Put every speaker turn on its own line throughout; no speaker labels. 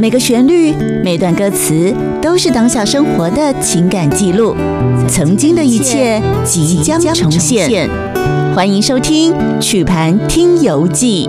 每个旋律、每段歌词都是当下生活的情感记录，曾经的一切即将重现。欢迎收听《曲盘听游记》。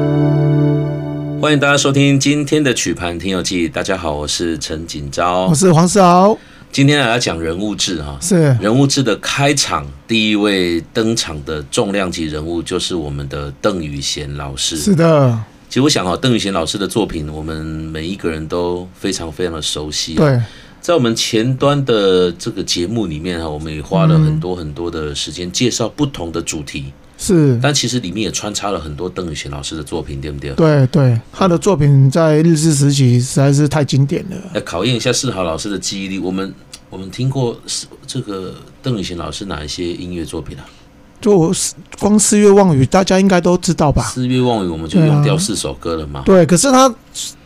欢迎大家收听今天的曲盘听友记。大家好，我是陈锦昭
我。是黄世豪，
今天来讲人物志哈，
是
人物志的开场第一位登场的重量级人物就是我们的邓宇贤老师。
是的，
其实我想哈，邓宇贤老师的作品，我们每一个人都非常非常的熟悉。，啊
对，
在我们前端的这个节目里面哈，我们也花了
嗯
很多很多的时间介绍不同的主题，
是，
但其实里面也穿插了很多邓宇贤老师的作品，对不对？
对对，他的作品在日治时期实在是太经典了。
来考验一下世豪老师的记忆力。我们我们听过是这个邓雨贤老师哪一些音乐作品啊？
就我是光四月望雨，大家应该都知道吧？
四月望雨我们就用掉四首歌了嘛，
对，啊可是他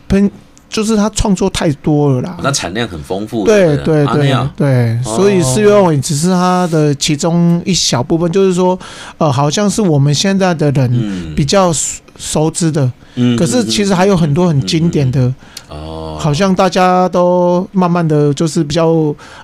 喷，就是他创作太多了啦。
哦那产量很丰富。
对
不
对
啊那
对
样
对，所以四月望雨只是他的其中一小部分，就是说，呃，好像是我们现在的人
嗯
比较熟熟知的，
嗯
可是其实还有很多很经典的，
哦，
好像大家都慢慢的就是比较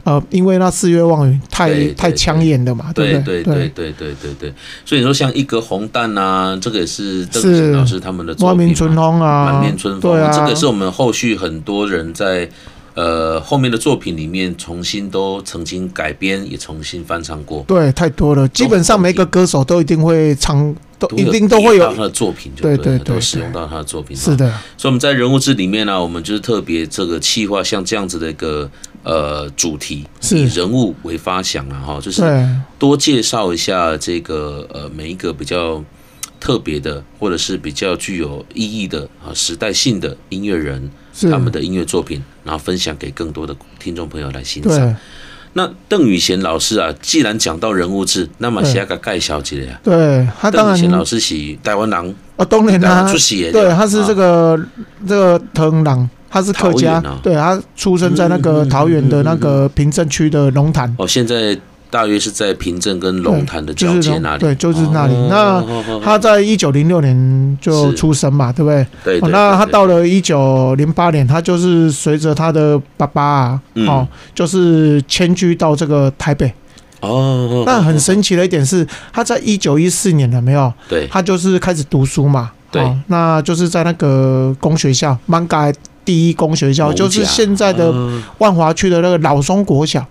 呃，因为那四月望雨
对
太
对
太抢眼了嘛，
对
不
对
对？
对对对对对，所以你说像一格红蛋啊，这个也是邓雨
是
贤老师他们的作
满面
品
春
嘛，
风啊，
满面春风，
对啊，
这个是我们后续很多人在。呃，后面的作品里面重新都曾经改编，也重新翻唱过。
对太多了，基本上每个歌手都一定会唱，都
都
一定都会
提到他
有，
的作品就
对
对了，
对对
都使用
对
到他的作品。
是，的，
所以我们在人物志里面呢、我们就是特别这个企划像这样子的一个呃主题，以
是，
人物为发想啊，哈，就是
对
多介绍一下这个呃每一个比较特别的或者是比较具有意义的啊时代性的音乐人
是
他们的音乐作品，然后分享给更多的听众朋友来欣赏。
对
那邓宇贤老师啊，既然讲到人物志，那么下个盖小姐呀，
对，他当
邓宇贤老
然
师是台湾人。
啊，当然
当
啦
然出，席啊耶，
对，他是这个这个藤郎。他是客
桃
家
园啊，
对他出生在那个
嗯嗯嗯
桃园的那
嗯嗯
个平镇区的龙潭，
哦，现在大约是在平镇跟龙潭的交
就是
界
龙
那里，哦
对就是那里那
那
他在一九零六年就是出生嘛，对不对？
对，
哦
对
那
对
他
对
到了一九零八年，他就是随着他的爸爸啊，
嗯
哦，就是迁居到这个台北。
哦，
那很
哦
神奇的一点是，他在一九一四年了没有？
对，
他就是开始读书嘛，
对
哦，那就是在那个工学校，Manga 第一工学校，
蒙甲
就是现在的
哦
万华区的那个老松国小。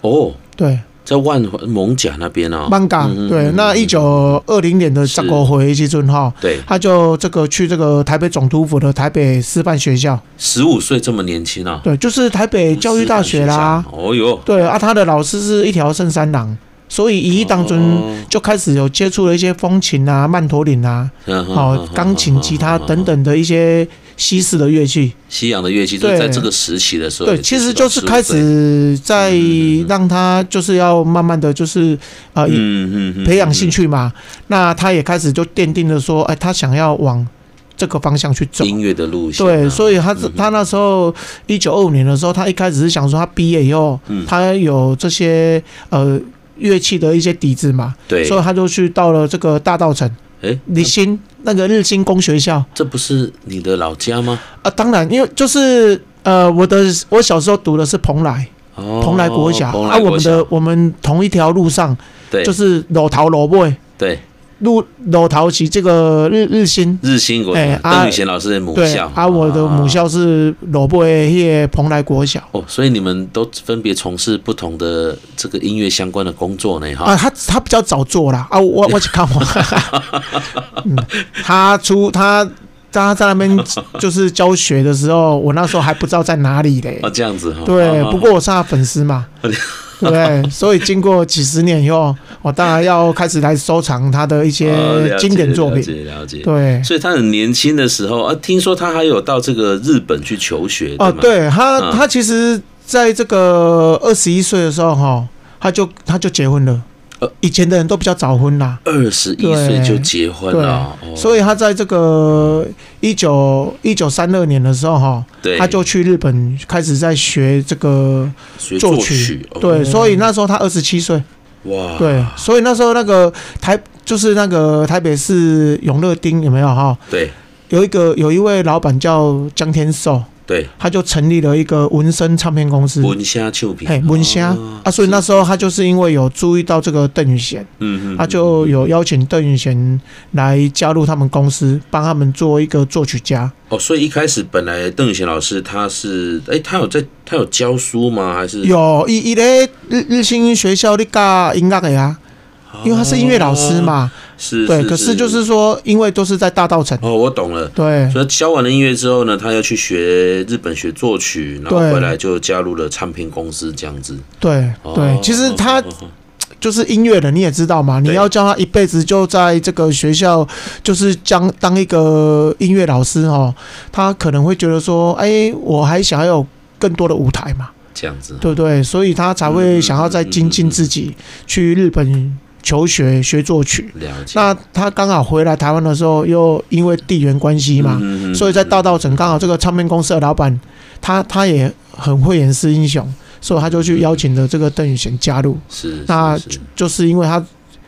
哦，
对
在万华蒙甲那边哦，
，Manga，、
嗯嗯
对，
嗯
那
嗯
一九二零年的
是
十国回去之后，
对，
他就这个去这个台北总督府的台北师范学校，
十五岁这么年轻啊，
对，就是台北教育大学啦
师范。学校哦哟，
对啊，他的老师是一条圣三郎，所以以当中
哦
就开始有接触了一些风琴啊、曼陀林啊、
嗯哼
哦
嗯哼
钢琴、吉他
嗯哼
等等的一些西式的乐器。
西洋的乐器，就是
对
在这个时期的时候也
对，
接触到15岁，
其实就是开始在
嗯嗯嗯
让他就是要慢慢的就是呃
嗯嗯
培养兴
趣
趣嘛。那他也开始就奠定了说，哎，他想要往这个方向去走。
音乐的路线啊，
对，所以他是
嗯
他那时候一九二五年的时候，他一开始是想说他毕业以后，
嗯
他有这些呃乐器的一些底子嘛，
对，
所以他就去到了这个大道城
哎，
李新那个日新工学校
这不是你的老家吗？
啊。当然，因为就是呃我的我小时候读的是蓬莱
哦，
蓬莱国小，
蓬
啊
莱
我
国
们
小
的我们同一条路上
对，
就是老头老尾
对
路老头及这个日日新。
日新国小
哎啊
邓宇贤老师的母
对，
校
啊，我的母校是萝卜叶蓬莱国小。
哦，所以你们都分别从事不同的这个音乐相关的工作呢，哈、
啊，他他比较早做啦 啊，我我去看我， 嗯，他出他他在那边就是教学的时候，我那时候还不知道在哪里嘞
啊，，这样子哈。
对
啊，
不过我是他粉 丝嘛，对，所以经过几十年以后，我当然要开始来收藏他的一
哦了
些
解
经典作
了
品，
解了解。
对，
所以他很年轻的时候啊，听说他还有到这个日本去求学，
哦，
吗？
对他
嗯
他其实在这个二十一岁的时候哈，他就他就结婚了
呃，
以前的人都比较早婚啦。
二十一
对
岁就结婚
对
了，哦、
所以他在这个一九一九三二年的时候哈，
对
他就去日本开始在学这个
学
作
曲，
曲
哦，啊
对，所以那时候他二十七岁，
哇，
对，所以那时候那个台就是那个台北市永乐町有没有哈？
对
有一个有一位老板叫江天寿，
对，
他就成立了一个文声唱片公司。
文虾秋皮，
嗯嘿，文虾
哦
啊，所以那时候他就是因为有注意到这个邓宇贤，
嗯嗯，
他就有邀请邓宇贤来加入他们公司，帮他们做一个作曲家。
哦，所以一开始本来邓宇贤老师他是，哎、他有在，他有教书吗？还是
有，伊伊咧日日新学校咧教音乐的啊，因为他是音乐老师？
哦
嘛，
是，
对。可是就是说，因为都是在大道城，
哦，我懂了。
对
所以教完了音乐之后呢，他又去学日本学作曲，然后
对
回来就加入了唱片公司这样子。
对
哦
对。其实他
哦哦哦
就是音乐人，你也知道嘛，
对
你要叫他一辈子就在这个学校，就是将当一个音乐老师哦，他可能会觉得说，哎，我还想要有更多的舞台嘛，
这样子，
对不对？所以他才
嗯
会
嗯
想要再
嗯
精
嗯
进自己，去日本求学学作曲。
了解。嗯
那他刚好回来台湾的时候，又因为地缘关系嘛，
嗯
所以在大道城刚好这个唱片公司的老板，他他也很慧眼识英雄，所以他就去邀请了这个邓宇贤加入，
是
那
是是
就是因为他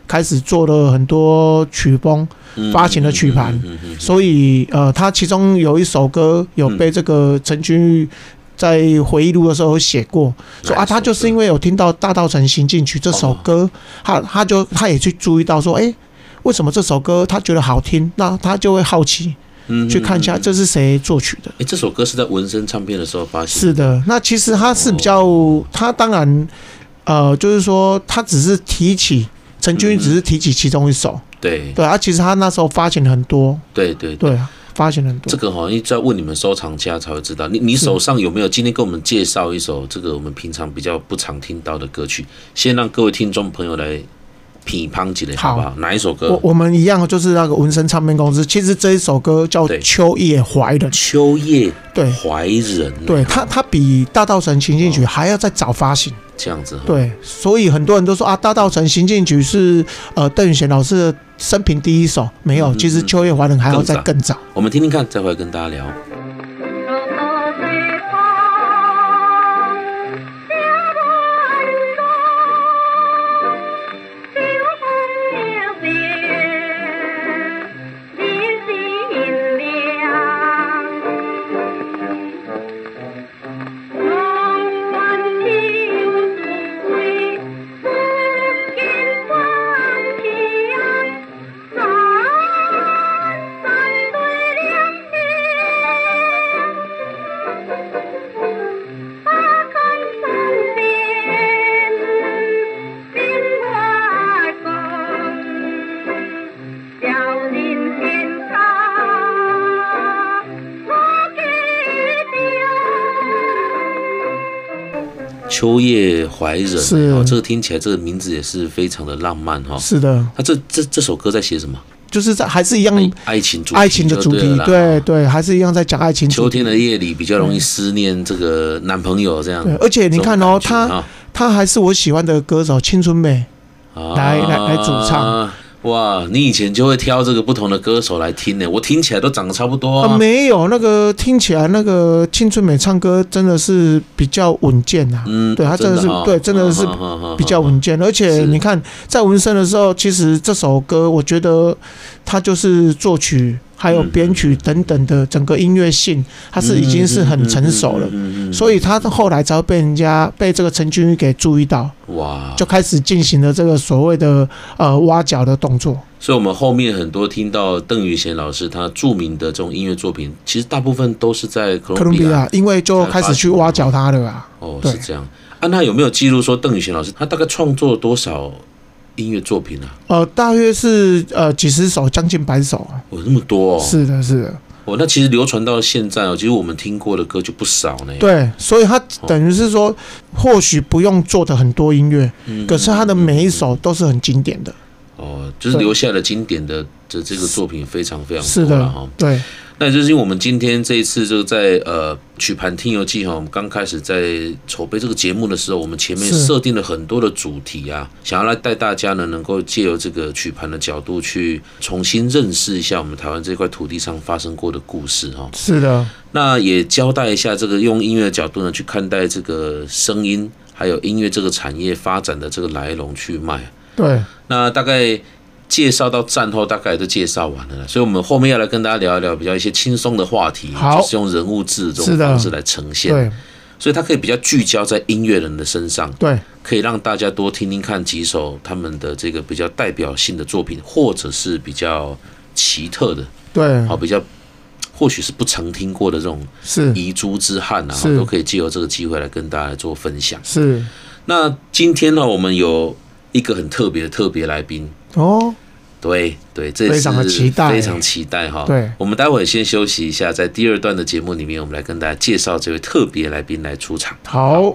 开始做了很多曲风，
嗯
发行的曲盘
嗯嗯嗯嗯
所以呃，他其中有一首歌有
嗯
被这个陈君玉。在回忆录的时候有写过，说啊，他就是因为有听到《大道城行进曲》这首
哦
歌，他他就他也去注意到说，诶，为什么这首歌他觉得好听？那他就会好奇，
嗯嗯
去看一下
嗯嗯
这是谁作曲的。
哎、这首歌是在纹身唱片的时候发行，
是的，那其实他是比较，
哦
他当然，呃，就是说他只是提起陈君
嗯
玉，只是提起其中一首，
对
对啊，其实他那时候发行很多，
对对对。
对啊，发行很
这
多。
个好像就要问你们收藏家才会知道，你你手上有没有？今天给我们介绍一首这个我们平常比较不常听到的歌曲，先让各位听众朋友来品乓几类，好不好？哪一首
我
歌？
我们一样就是那个纹身唱片公司，其实这一首歌叫
对
《秋叶怀人》，
秋叶
对
怀人，啊
对，他他比《大道城情景曲》还要再早发行，
这样子哈，
对，所以很多人都说啊，《大道城行进曲》是呃邓宇贤老师的生平第一首，没
嗯
有，其实《秋叶怀人》还要再更早。
我们听听看，再回来跟大家聊。
走过北方，下了雨中，流干了别人的心凉。梦幻情随不见方向。三三对两边，八竿三边，变化中，小林天堂，我给的。
秋叶怀人，
是
哦，这个听起来这个名字也是非常的浪漫哈。
是的，
那这这这首歌在写什么？
就是在还是一样
爱爱情哎主题
嗯爱情的主
就对
题
了，啦
对对，还是一样在讲爱情主
秋
题。
天的夜里比较容易思念这个男朋友这样。
对，而且你看哦，
这种感觉
他他还是我喜欢的歌手青春美，
啊
来来来主唱。
哇，你以前就会挑这个不同的歌手来听呢，我听起来都长得差不多
啊，没有那个听起来那个青春美唱歌真的是比较稳健啊，
嗯，
对他真的是
哦
对真的是
嗯嗯嗯嗯嗯
比较稳健。而且
是
你看在纹身的时候，其实这首歌我觉得他就是作曲还有
嗯
编曲等等的整个音乐性，他是已经是很成熟了。
嗯嗯嗯嗯嗯嗯
所以他后来才会被人家被这个陈君玉给注意到，
哇，
就开始进行了这个所谓的呃挖角的动作。
所以我们后面很多听到邓宇贤老师他著名的这种音乐作品，其实大部分都是在哥
哥
伦
伦
比
比
亚
亚因为就开始去挖角他了啊，
哦，
对
是这样。啊，那有没有记录说邓宇贤老师他大概创作多少音乐作品啊？
呃，大约是呃几十首，将近百首。
有那么多哦，
是的，是的，
哦，那其实流传到现在哦，其实我们听过的歌就不少呢。
对，所以他
哦
等于是说，或许不用做的很多音乐，
嗯，
可是他的每一首都是很经典的。
哦，就是留下了经典的这这个作品非常非常
是
多了
的
哈。，
对，
那也就是因为我们今天这一次就在呃曲盘听游记哈，我们刚开始在筹备这个节目的时候，我们前面
是
设定了很多的主题啊，想要来带大家呢能够借由这个曲盘的角度去重新认识一下我们台湾这块土地上发生过的故事哈。
是的，
那也交代一下这个用音乐的角度呢去看待这个声音，啊还有音乐这个产业发展的这个来龙去脉。
对，
那大概介绍到战后大概也都介绍完了啦，所以我们后面要来跟大家聊一聊比较一些轻松的话题，
好
就是用人物志这
是
种
的
方式来呈现，
对
所以它可以比较聚焦在音乐人的身上，
对，
可以让大家多听听看几首他们的这个比较代表性的作品，或者是比较奇特的，
对
好，比较或许是不曾听过的这种
是
遗珠之憾啊，
嗯是
都可以借由这个机会来跟大家来做分享。
是
那今天呢，我们有一个很特别的特别来宾，
哦，
对对，这
非
是
常的期待
非常期待哈。
对
我们待会先休息一下，在第二段的节目里面，我们来跟大家介绍这位特别来宾来出场。
好，